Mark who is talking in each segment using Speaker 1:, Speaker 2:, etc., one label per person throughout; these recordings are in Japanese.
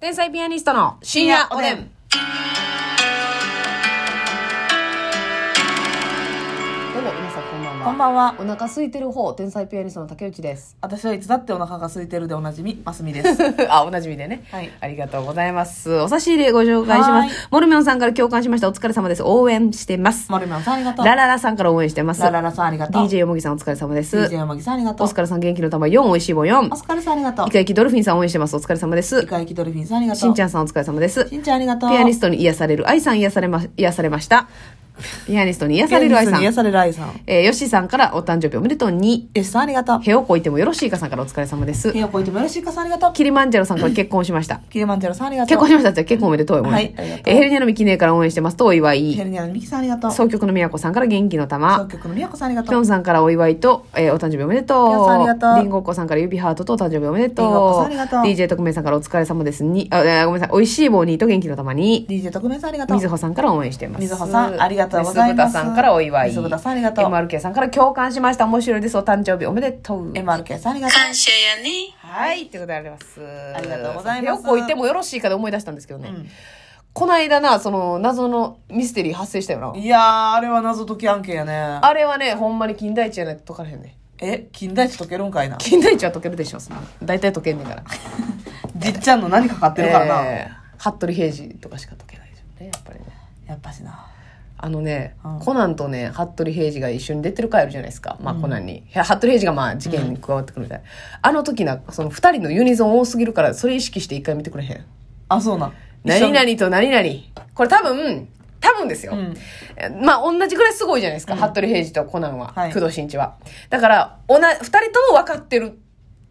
Speaker 1: 天才ピアニストの深夜おでん。どうも皆さんこんばんは。
Speaker 2: こんばんは。
Speaker 1: お腹空いてる方、天才ピアニストの竹内です。
Speaker 2: 私はいつだってお腹が空いてるでおなじみ、ますみ です。
Speaker 1: あ、おなじみでね。
Speaker 2: はい
Speaker 1: ありがとうございます。お差し入れご紹介しま
Speaker 2: はー
Speaker 1: す。モルミョンさんから共感しました。お疲れ様です。応援してます。
Speaker 2: マルミョンさんありがとう。
Speaker 1: ラララさんから応援してます。
Speaker 2: ラララさんありがとう。
Speaker 1: DJ よもぎさんお疲れ様です。
Speaker 2: DJ 山木さんありがと
Speaker 1: オ
Speaker 2: う
Speaker 1: ス。カルさん元気の玉4、おいしい棒4
Speaker 2: オ。スカルさんありがとう
Speaker 1: イ。カイキドルフィンさん応援してます。お疲れ様で
Speaker 2: イ
Speaker 1: す。
Speaker 2: カイキドルフィンさんありがとう。
Speaker 1: しんち
Speaker 2: ゃ
Speaker 1: ゃんさんお疲れ様です。
Speaker 2: しんちゃんありがとう。
Speaker 1: ピアニストに癒される愛さん癒されま、癒されました。ピアニストに癒される愛さん。
Speaker 2: ピアニストに癒される愛さん。
Speaker 1: えー、ヨッシーさんからお誕生日おめでとうに、
Speaker 2: よしさんありがとう。
Speaker 1: へをこいてもよろしいかさんからお疲れ様です。
Speaker 2: ヘアポイントもよろしいかさんありがとう。
Speaker 1: キリマンジャロさんから結婚しました。
Speaker 2: キレマンジャロさんありがと
Speaker 1: 結
Speaker 2: う。
Speaker 1: 婚しましたじゃあ結婚おめでとうよ。
Speaker 2: はい
Speaker 1: ごめんなさ
Speaker 2: ありがとう
Speaker 1: えーヘルニアのミキネーから応援してますとお祝
Speaker 2: ヘ
Speaker 1: い。
Speaker 2: ルニアのミキさんありがとう。
Speaker 1: 総局の宮子さんから元気の
Speaker 2: 総
Speaker 1: 玉。
Speaker 2: 局のみやこさんありが
Speaker 1: ピョ
Speaker 2: とう。
Speaker 1: ンさんからお祝いと、えーお誕生日おめでとう。
Speaker 2: ピョンさんありがとう
Speaker 1: リンゴっ子さんから指ハートとお誕生日おめでとう。
Speaker 2: リンゴっ子さんありがとう
Speaker 1: DJ 特命さんからお疲れ様ですに、あ、えーごめんなさい。美味しい棒にと元気の玉に。
Speaker 2: DJ 特命さんありがとう。
Speaker 1: みずほさんから応援してます。
Speaker 2: みずほさんありがとうござ
Speaker 1: みず
Speaker 2: います
Speaker 1: ぶたさんからお祝い。
Speaker 2: みずぶたさんありがとう
Speaker 1: MRK さんから共感しました。面白いです。お誕生日おめでとう。
Speaker 2: MRK さんありがとう。
Speaker 1: はい、ということであります。あ
Speaker 2: りがとうございます
Speaker 1: 手をこいてもよろしいかで思い出したんですけどね。
Speaker 2: うん
Speaker 1: こないだな、その謎のミステリー発生したよな。
Speaker 2: いやー、あれは謎解き案件やね。
Speaker 1: あれはね、ほんまに金田一じゃないと解かれへんね。
Speaker 2: え、金田一解けるんかいな。
Speaker 1: 金田一は解けるでしょ、そんな大体解けん ねんから。
Speaker 2: じっちゃんの何かかってるからな。
Speaker 1: えー服部平次とかしか解けないでしょうね、やっぱりね。
Speaker 2: やっぱしな。
Speaker 1: あのね、
Speaker 2: うん
Speaker 1: コナンとね服部平次が一緒に出てる回あるじゃないですか、まあ、コナンに、へ服部平次がまあ事件に加わってくるみたいな、あの時なその2人のユニゾン多すぎるからそれ意識して一回見てくれへん
Speaker 2: あ、そうなん。
Speaker 1: 何々と何々これ多分多分ですよ、
Speaker 2: うん
Speaker 1: えまあ同じぐらいすごいじゃないですか、服部平次とコナンは、
Speaker 2: はい
Speaker 1: 工藤新一はだからおな2人とも分かってる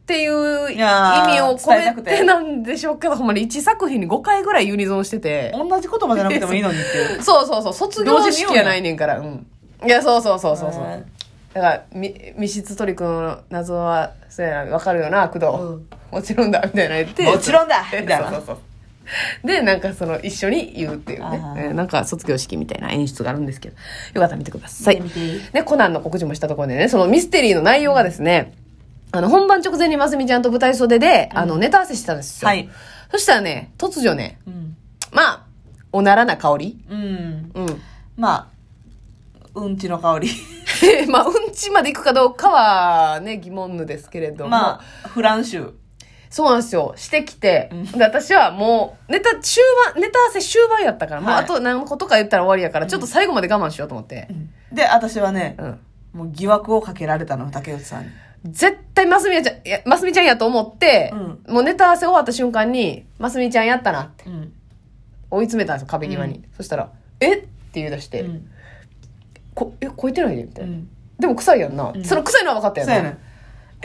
Speaker 1: っていう意
Speaker 2: いやー
Speaker 1: 味を込
Speaker 2: 伝えた
Speaker 1: め
Speaker 2: く
Speaker 1: て
Speaker 2: て
Speaker 1: なんでしょうけどほんまに1作品に5回ぐらいユニゾンしてて
Speaker 2: 同じ言葉じゃなくてもいいのにって いう。
Speaker 1: そうそうそう卒業式やないねんからうんいやそうそうそうそうそ
Speaker 2: へ
Speaker 1: うだからみ密室トリックの謎はそうやな分かるよな工藤、
Speaker 2: うん
Speaker 1: もちろんだみたいな言って
Speaker 2: もちろんだ
Speaker 1: そう
Speaker 2: みたいな
Speaker 1: そうそうそうでなんかその一緒に言うっていうね
Speaker 2: あ、ー
Speaker 1: えーなんか卒業式みたいな演出があるんですけどよかったら見てください
Speaker 2: 見てみて
Speaker 1: ねコナンの告示もしたところでねそのミステリーの内容がですね、あの本番直前にますみちゃんと舞台袖で、あのネタ合わせしてたんですよ、
Speaker 2: はい
Speaker 1: そしたらね突如ね
Speaker 2: うん。
Speaker 1: まあおならな香り
Speaker 2: うん。
Speaker 1: うん
Speaker 2: まあ、うんちの香り。
Speaker 1: えー まあ、うんちまで行くかどうかはね、疑問のですけれども。
Speaker 2: まあ、フランシュ。
Speaker 1: そうなんですよ。してきて。で、私はもう、ネタ終盤、ネタ合わせ終盤やったから、もう
Speaker 2: は
Speaker 1: あ
Speaker 2: い
Speaker 1: と何個とか言ったら終わりやから、ちょっと最後まで我慢しようと思って。
Speaker 2: で、私はね
Speaker 1: う、ん。
Speaker 2: もう疑惑をかけられたの、竹内さんに。
Speaker 1: 絶対、ますみちゃん、いや、ますみちゃんやと思って、
Speaker 2: う
Speaker 1: もうネタ合わせ終わった瞬間に、ますみちゃんやったなって、
Speaker 2: うん。
Speaker 1: 追い詰めたんですよ、壁際に。そしたら、えって言い出して、
Speaker 2: うん。
Speaker 1: こ、え、超えてないでみた
Speaker 2: う
Speaker 1: いな。
Speaker 2: ん。
Speaker 1: でも臭いやんな。その臭いのは分かった
Speaker 2: そ
Speaker 1: や
Speaker 2: うん
Speaker 1: な。
Speaker 2: やねん。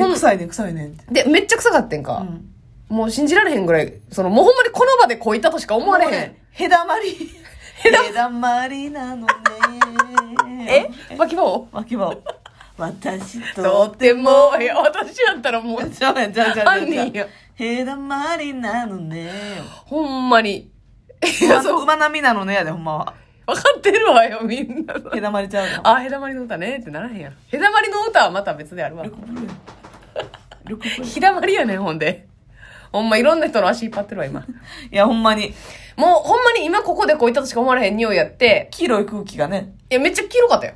Speaker 2: え
Speaker 1: ほん
Speaker 2: 臭いね、臭いねんっ
Speaker 1: で、
Speaker 2: て。
Speaker 1: めっちゃ臭かってんか。
Speaker 2: うん。
Speaker 1: もう信じられへんぐらい、その、もうほんまにこの場でこいたとしか思われへん。
Speaker 2: ね、 へだまり。へだまりなの ね。
Speaker 1: え脇棒
Speaker 2: わきばお。私
Speaker 1: と
Speaker 2: と。
Speaker 1: ても、え、私やったらもう、
Speaker 2: ちゃうねん、ちゃうちゃうちゃうちゃう。
Speaker 1: 犯人や。
Speaker 2: へだまりなのね。
Speaker 1: ほんまに。いや、そう、
Speaker 2: うまなみなのねやで、ほんまは。
Speaker 1: 分かってるわよ、みんな。
Speaker 2: へだまりちゃうの。
Speaker 1: あ、へだまりの歌ねってならへんやん。へだまりの歌はまた別であるわ。 ひだまりやねん、ほんで。ほんま、いろんな人の足引っ張ってるわ、今。
Speaker 2: いや、ほんまに、
Speaker 1: もう、ほんまに今ここでこいたとしか思われへん匂いやって、
Speaker 2: 黄色い空気がね。
Speaker 1: いや、めっちゃ黄色か ったよ。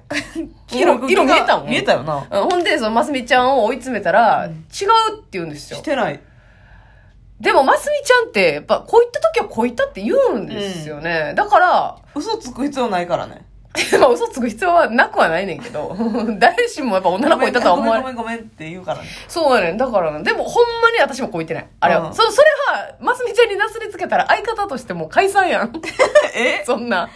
Speaker 2: 黄色い空気が
Speaker 1: 色見えたもん。
Speaker 2: 見えたよな。
Speaker 1: うんほんで、その、ますみちゃんを追い詰めたら、違うって言うんですよ
Speaker 2: し。てない。
Speaker 1: でも、ますみちゃんって、やっぱ、こういった時はこういったって言うんですよね。だから、
Speaker 2: 嘘つく必要ないからね。
Speaker 1: まあ嘘つく必要はなくはないねんけど、 誰しもやっぱ女の子いたとは思わ
Speaker 2: ご
Speaker 1: な
Speaker 2: め
Speaker 1: い。
Speaker 2: んごめんごめんって言 うからね。
Speaker 1: そうやねん。だからな、でもほんまに私もこいてない。あれは。
Speaker 2: うん
Speaker 1: そそれは、ますみちゃんになすりつけたら相方としてもう解散やん。
Speaker 2: え
Speaker 1: そんな。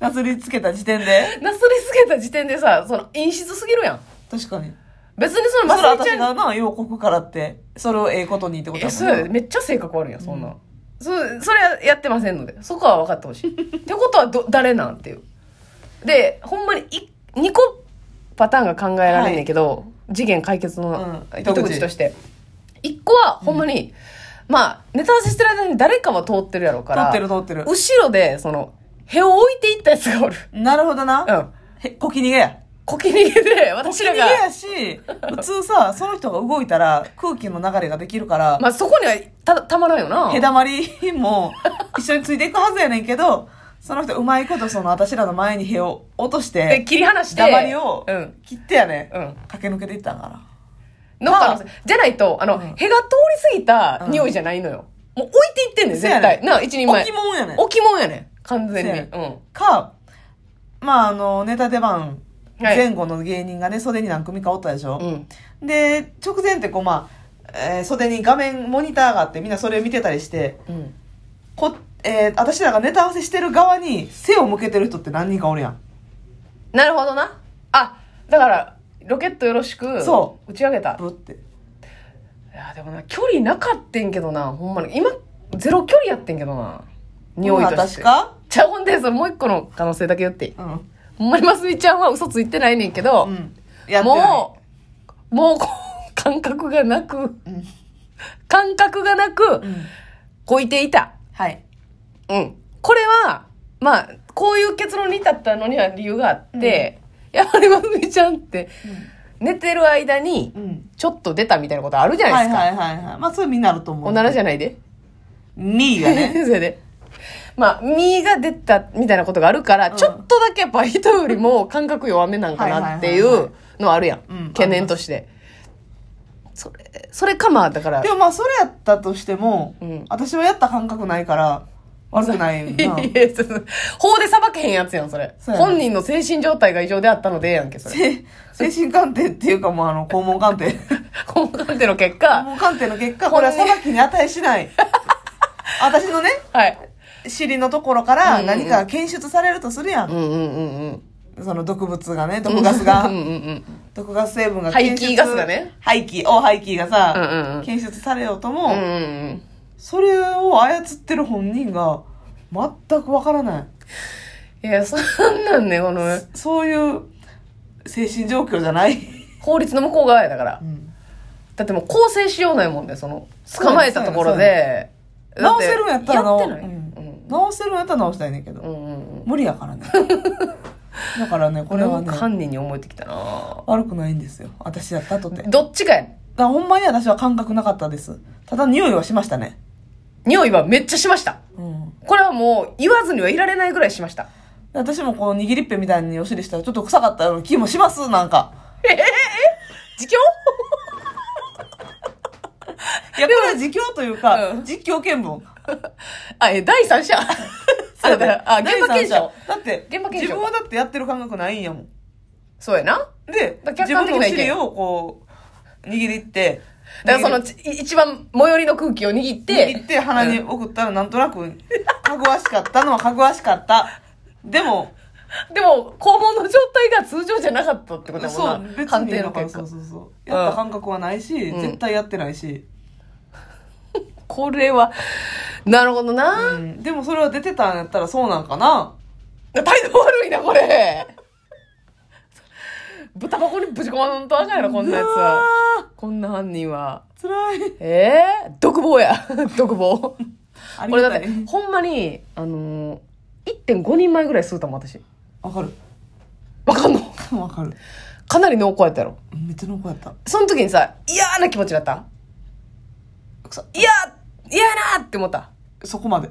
Speaker 2: なすりつけた時点で
Speaker 1: なすりつけた時点でさ、その、陰湿すぎるやん。
Speaker 2: 確かに。
Speaker 1: 別にその、
Speaker 2: それ
Speaker 1: まつみ
Speaker 2: 私
Speaker 1: ちゃんに
Speaker 2: がな、ようこくからって、それをええことにってこと
Speaker 1: え
Speaker 2: だ
Speaker 1: そ
Speaker 2: も
Speaker 1: うんやで
Speaker 2: な
Speaker 1: めっちゃ性格悪いやんそんな、そそれやってませんのでそこは分かってほし いってことはど誰なんっていうでほんまにい2個パターンが考えられんねんけど、事件解決の
Speaker 2: うん
Speaker 1: 糸
Speaker 2: 糸
Speaker 1: 口
Speaker 2: 口
Speaker 1: として、1個はほんまに、まあネタ合わせしてる間に誰かは通ってるやろから
Speaker 2: 通ってる通ってる
Speaker 1: 後ろでそのへを置いていったやつがおる
Speaker 2: なるほどな。
Speaker 1: うん
Speaker 2: へ、こき逃げや。
Speaker 1: 小気に入れで、私ら
Speaker 2: 嫌
Speaker 1: が、
Speaker 2: やし、普通さ、その人が動いたら空気の流れができるから、
Speaker 1: まあ、そこにはた、たまらんよな。
Speaker 2: へだまりも一緒についていくはずやねんけど、その人うまいことその私らの前にへを落とし
Speaker 1: で、
Speaker 2: て、
Speaker 1: 切り離して。
Speaker 2: だまりを
Speaker 1: うん。
Speaker 2: 切ってやね、
Speaker 1: うん。
Speaker 2: 駆け抜けていったんかな。
Speaker 1: の可能性じゃないと、あの、
Speaker 2: ん
Speaker 1: へが通り過ぎた匂いじゃないのよ。もう置いていってんねん、
Speaker 2: そうや
Speaker 1: 絶
Speaker 2: ね
Speaker 1: 対。な、一人前。
Speaker 2: 置きもんやねん。
Speaker 1: 置きもんやねん。完全に。
Speaker 2: そう
Speaker 1: う
Speaker 2: やね
Speaker 1: ん。
Speaker 2: か、まああの、ネタ出番
Speaker 1: はい
Speaker 2: 前後の芸人がね、袖に何組かおったでしょ
Speaker 1: う。ん。
Speaker 2: で、直前ってこうまあ、えー袖に画面、モニターがあってみんなそれを見てたりして、
Speaker 1: うん。
Speaker 2: こ、えー私らがネタ合わせしてる側に背を向けてる人って何人かおるやん。
Speaker 1: なるほどな。あ、だから、ロケットよろしく、。
Speaker 2: そう
Speaker 1: 打ち上げた。
Speaker 2: ブって。
Speaker 1: いや、でもな、距離なかってんけどな、ほんまに。今、ゼロ距離やってんけどな。匂いとして。
Speaker 2: 私か
Speaker 1: ちゃうほんで、それもう一個の可能性だけ言っていい。
Speaker 2: うん。
Speaker 1: ほんまにますみちゃんは嘘ついてないねんけど、
Speaker 2: うん。やってない
Speaker 1: もう、もうこう、感覚がなく、
Speaker 2: うん
Speaker 1: 感覚がなく、
Speaker 2: うん。
Speaker 1: こいていた。
Speaker 2: はい。
Speaker 1: うん。これは、まあ、こういう結論に至ったのには理由があって、やはりまつみちゃんって、寝てる間に
Speaker 2: う、ん。
Speaker 1: ちょっと出たみたいなことあるじゃな
Speaker 2: はいい
Speaker 1: ですか。
Speaker 2: はいはいはい。まあ、それみんなあると思う。
Speaker 1: おならじ
Speaker 2: ゃ。
Speaker 1: ゃないで。
Speaker 2: ミーがね。
Speaker 1: それで。まあ、身が出たみたいなことがあるから、
Speaker 2: うん
Speaker 1: ちょっとだけやっぱ人よりも感覚弱めなんかなってい
Speaker 2: はいはいはいう
Speaker 1: のはあるやん。
Speaker 2: うん
Speaker 1: 懸念として。それ、それかまあ、だから
Speaker 2: で。もまあ、それやったとしても、
Speaker 1: うん
Speaker 2: 私はやった感覚ないから、悪くない
Speaker 1: いや
Speaker 2: な。
Speaker 1: その法で裁けへんやつやん、それ。
Speaker 2: そうやな
Speaker 1: 本人の精神状態が異常であったのでええやんけ、それ。
Speaker 2: せ 精神鑑定っていうかもうあの、肛門鑑定。
Speaker 1: この鑑定の結
Speaker 2: 肛
Speaker 1: 果、
Speaker 2: 門鑑定の結果、これは裁きに値 しない。私のね、
Speaker 1: はい。
Speaker 2: 尻のところか
Speaker 1: うんう
Speaker 2: ら
Speaker 1: ん
Speaker 2: 何か検出されるとするや。
Speaker 1: うんんうんうんうん。
Speaker 2: その毒物がね、毒ガスが
Speaker 1: うんう。んうん。
Speaker 2: 毒ガス成分が
Speaker 1: 排気ガスがね。
Speaker 2: 排気、お排気が
Speaker 1: うん
Speaker 2: さ、
Speaker 1: うんうん。
Speaker 2: 検出されようと
Speaker 1: うん
Speaker 2: も、
Speaker 1: うんうん。
Speaker 2: それを操ってる本人が全くわからない。
Speaker 1: いや、そんなんね、この、
Speaker 2: そういう精神状況じゃない。
Speaker 1: 法律の向こう側やだから
Speaker 2: う。ん
Speaker 1: だってもう構成しようないもんね、その、捕まえたところ
Speaker 2: そう
Speaker 1: で。だっ
Speaker 2: 直
Speaker 1: て
Speaker 2: せるんやったら
Speaker 1: やっ
Speaker 2: 直
Speaker 1: てない。うん
Speaker 2: うん直せるんやったら直したいねんけど。
Speaker 1: うんうんうん。
Speaker 2: 無理 やからね。だからね、これは
Speaker 1: なん
Speaker 2: ね
Speaker 1: か、犯人に思えてきたな
Speaker 2: 悪くないんですよ。私やったとて。だか
Speaker 1: どっちかや。
Speaker 2: らほんまに私は感覚なかったです。ただ匂いはしましたね。
Speaker 1: 匂いはめっちゃしました。
Speaker 2: うん。
Speaker 1: これはもう言わずにはいられないぐらいしました。
Speaker 2: 私もこう握りっぺみたいにお尻したらちょっと臭かったような気もします、なんか。
Speaker 1: 自供
Speaker 2: いや、これは自供というか、
Speaker 1: うん
Speaker 2: 実況見分。
Speaker 1: あ、え、第 三者。あ、だから、あ、現場検証。。
Speaker 2: だって、
Speaker 1: 現場検証
Speaker 2: 自分はだってやってる感覚ないんやもん。
Speaker 1: そうやな。
Speaker 2: で、
Speaker 1: だから
Speaker 2: 自
Speaker 1: 客観的
Speaker 2: 分のお
Speaker 1: な意見
Speaker 2: 尻をこう、握りって、
Speaker 1: だからその
Speaker 2: 握り
Speaker 1: ち、一番最寄りの空気を握っ、
Speaker 2: 握ってて鼻に送ったらなんと なく、かぐわしかったのはかぐわしかった。でも、
Speaker 1: でも、肛門の状態が通常じゃなかったってことやもんな。鑑定の
Speaker 2: 感
Speaker 1: 結
Speaker 2: そ
Speaker 1: 果
Speaker 2: う。そうそう。やった感覚はないし、
Speaker 1: うん
Speaker 2: 絶対やってないし、
Speaker 1: これは、なるほどな。
Speaker 2: うんでもそれは出てたんやったらそうなんかな。
Speaker 1: 態度悪いな、これ。豚箱にぶち込まんとあかんやろ、こんなやつは。
Speaker 2: は。
Speaker 1: こんな犯人は。
Speaker 2: つらい。
Speaker 1: ええ独房や。 独房。
Speaker 2: あり
Speaker 1: これだ
Speaker 2: が
Speaker 1: ったて
Speaker 2: い、
Speaker 1: ほんまに、あのー、1.5人前ぐらい吸うたもん、私。
Speaker 2: わかる。
Speaker 1: わかんの
Speaker 2: わかる。
Speaker 1: かなり濃厚やったやろ。
Speaker 2: めっちゃ濃厚やった。
Speaker 1: その時にさ、嫌な気持ちだった
Speaker 2: くさ
Speaker 1: 嫌嫌やなって思った。
Speaker 2: そこまで。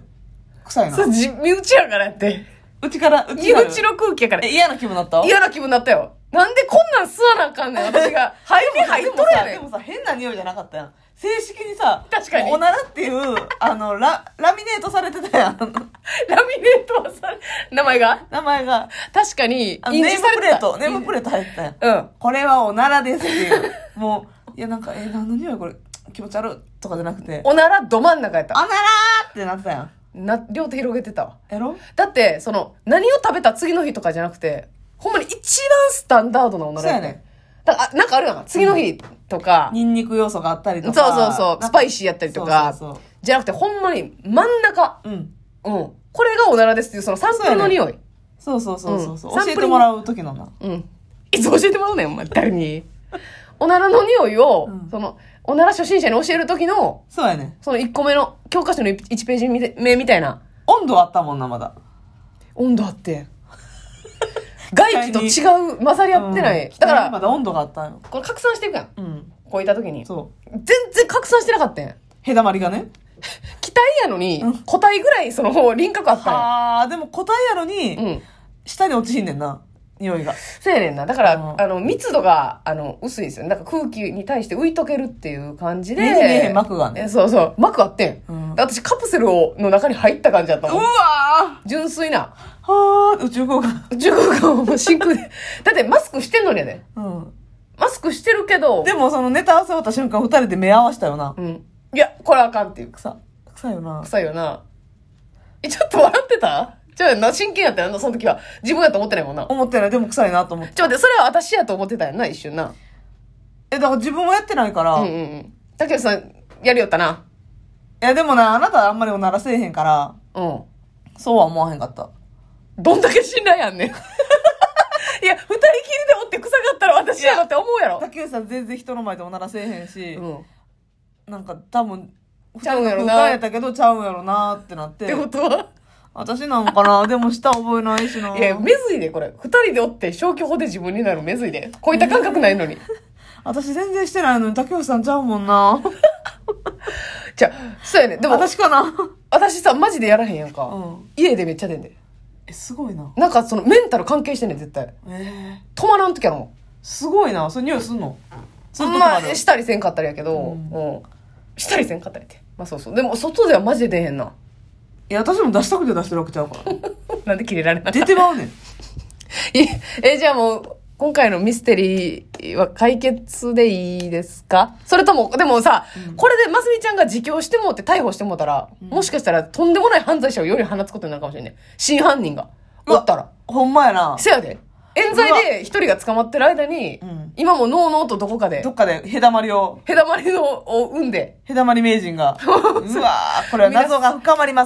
Speaker 2: 臭いな
Speaker 1: そ。れ、じ身内やからやって。
Speaker 2: うちから、う
Speaker 1: 身
Speaker 2: から
Speaker 1: 内の空気やから
Speaker 2: え、。嫌な気分だった
Speaker 1: 嫌な気分だったよ。なんでこんなん吸わなあかんねん、私が。肺に入っ
Speaker 2: で
Speaker 1: と
Speaker 2: も
Speaker 1: るや
Speaker 2: さ、
Speaker 1: ね
Speaker 2: で
Speaker 1: ん
Speaker 2: も。さ、変な匂いじゃなかったやん。正式にさ、
Speaker 1: 確かに
Speaker 2: おならっていう、あの、ラ、ラミネートされてたやん。
Speaker 1: ラミネートはさ、名前が
Speaker 2: 名前が。
Speaker 1: 確かに
Speaker 2: あ、の
Speaker 1: 印
Speaker 2: ネ
Speaker 1: 字
Speaker 2: ーム
Speaker 1: され
Speaker 2: プ
Speaker 1: て
Speaker 2: レ
Speaker 1: た
Speaker 2: ート、ネームプレート入ってたやん。
Speaker 1: うん。
Speaker 2: これはおならですっていう。もう、いやなんか、え、何の匂いこれ、気持ち悪いとかじゃなくて、
Speaker 1: おならど真ん中やっ
Speaker 2: お
Speaker 1: た。
Speaker 2: ならーってなってたやん。
Speaker 1: な、両手広げてたわ。
Speaker 2: やろ
Speaker 1: だって、その、何を食べた次の日とかじゃなくて、ほんまに一番スタンダードなおならやった
Speaker 2: そうやね
Speaker 1: だから、あなんかあるやん。次の日とか、
Speaker 2: ニンニク要素があったり
Speaker 1: そ
Speaker 2: と
Speaker 1: うそう
Speaker 2: か。
Speaker 1: そう、スパイシーやったりとか、
Speaker 2: そうそう
Speaker 1: じゃなくて、ほんまに真ん中。
Speaker 2: そう。うん。
Speaker 1: うん。これがおならですっていう、そのサンプルの匂い。
Speaker 2: そうそうそうそうそう、
Speaker 1: うん
Speaker 2: 教えてもらう時のな。
Speaker 1: うん。いつ教えてもらうねん、お前。誰に。 おならの匂いを、
Speaker 2: うん
Speaker 1: その、おなら初心者に教える時の、
Speaker 2: そうやね。
Speaker 1: その1個目の、教科書の1ページ目みたいな、
Speaker 2: 温度あったもんな、まだ。
Speaker 1: 温度あって。外気と違う、混ざり合ってない。
Speaker 2: うん
Speaker 1: だか
Speaker 2: 北にま
Speaker 1: ら、
Speaker 2: だ温度があったんよ。
Speaker 1: これ拡散していくやん。
Speaker 2: うん。
Speaker 1: こういった時に。
Speaker 2: そ
Speaker 1: 全然拡散してなかったやん。
Speaker 2: う。へだまりがね。
Speaker 1: 気体やのに、個体ぐらいその輪郭あった
Speaker 2: はあ、でも答えやの
Speaker 1: んや。
Speaker 2: に、
Speaker 1: うん。
Speaker 2: 下に落ちひんねんな。匂いが。
Speaker 1: そうやねんな。だから、
Speaker 2: うん
Speaker 1: あの、密度が、あの、薄いですよね。だから空気に対して浮いとけるっていう感じで。
Speaker 2: 目に見えへん膜がね
Speaker 1: えそうそう。膜あってん。
Speaker 2: うん
Speaker 1: 私、カプセルをの中に入った感じだった
Speaker 2: う
Speaker 1: もん。
Speaker 2: わ
Speaker 1: 純粋な。
Speaker 2: ーはあ、宇宙空間。
Speaker 1: 15がもう真空で。 だって、マスクしてんのにやで。
Speaker 2: うん。
Speaker 1: マスクしてるけど。
Speaker 2: でもそのネタ合わせ終わった瞬間、二人で目合わしたよな。
Speaker 1: うん。いや、これあかんっていう。
Speaker 2: 臭。臭いよな。
Speaker 1: 臭いよな。え、ちょっと笑ってたちょ、な、真剣やったよな、その時は。自分やと思ってないもんな。ちょ、
Speaker 2: 思ってない。でも臭いなと思って。
Speaker 1: 待って、それは私やと思ってたやんな、一瞬な。
Speaker 2: え、だから自分はやってないから。
Speaker 1: うんうん
Speaker 2: い
Speaker 1: うん。竹内さん、やるよったな。
Speaker 2: や、でもな、あなたあんまりおならせえへんから、
Speaker 1: うん。
Speaker 2: そうは思わへんかった。
Speaker 1: どんだけ信頼や んねん。いや、二人きりでおって臭かったら私やろって思うやろ。
Speaker 2: 竹内さん全然人の前でおならせえへんし、
Speaker 1: うん。っ
Speaker 2: なんか多分、
Speaker 1: ちゃうんやろな
Speaker 2: 二人の空間やったけど、ちゃうんやろなってなって。
Speaker 1: てことは、
Speaker 2: 私なんか な、でも舌覚えないしな。
Speaker 1: いや、目ずいでこれ。二人でおって消去法で自分になる目ずいで。こういった感覚ないのに。
Speaker 2: 私全然してないのに、竹内さんちゃうもんな。
Speaker 1: じゃあ、そうやねん。でも、私
Speaker 2: 私かな。
Speaker 1: さ、マジでやらへんやんか。
Speaker 2: うん
Speaker 1: 家でめっちゃ出んで。
Speaker 2: え、すごいな。
Speaker 1: なんかそのメンタル関係してんねん、絶対。
Speaker 2: えー、
Speaker 1: 止まらん時やろもん。
Speaker 2: すごいな。それ匂いすんのする時も
Speaker 1: ま
Speaker 2: あ
Speaker 1: あ、
Speaker 2: る。
Speaker 1: したりせんかったりやけど、
Speaker 2: うん
Speaker 1: もう、したりせんかったりって。まあそうそう。でも、外ではマジで出へんな。
Speaker 2: いや、私も出したくて出してるわけちゃうから。
Speaker 1: なんで切れられなかった
Speaker 2: 出てまうねん。
Speaker 1: い え、じゃあもう、今回のミステリーは解決でいいですかそれとも、でもさ、これでますみちゃんが自供してもうって逮捕してもうたら、もしかしたらとんでもない犯罪者をより放つことになるかもしれない。真犯人が。
Speaker 2: うわ
Speaker 1: おったら。
Speaker 2: ほんまやな。
Speaker 1: せやで。冤罪で一人が捕まってる間に、
Speaker 2: うん
Speaker 1: 今もノーノーとどこかで
Speaker 2: ど、っかで、へだまりを、
Speaker 1: へだまりのを生んで、
Speaker 2: へだまり名人が。うわーこれは謎が深まります。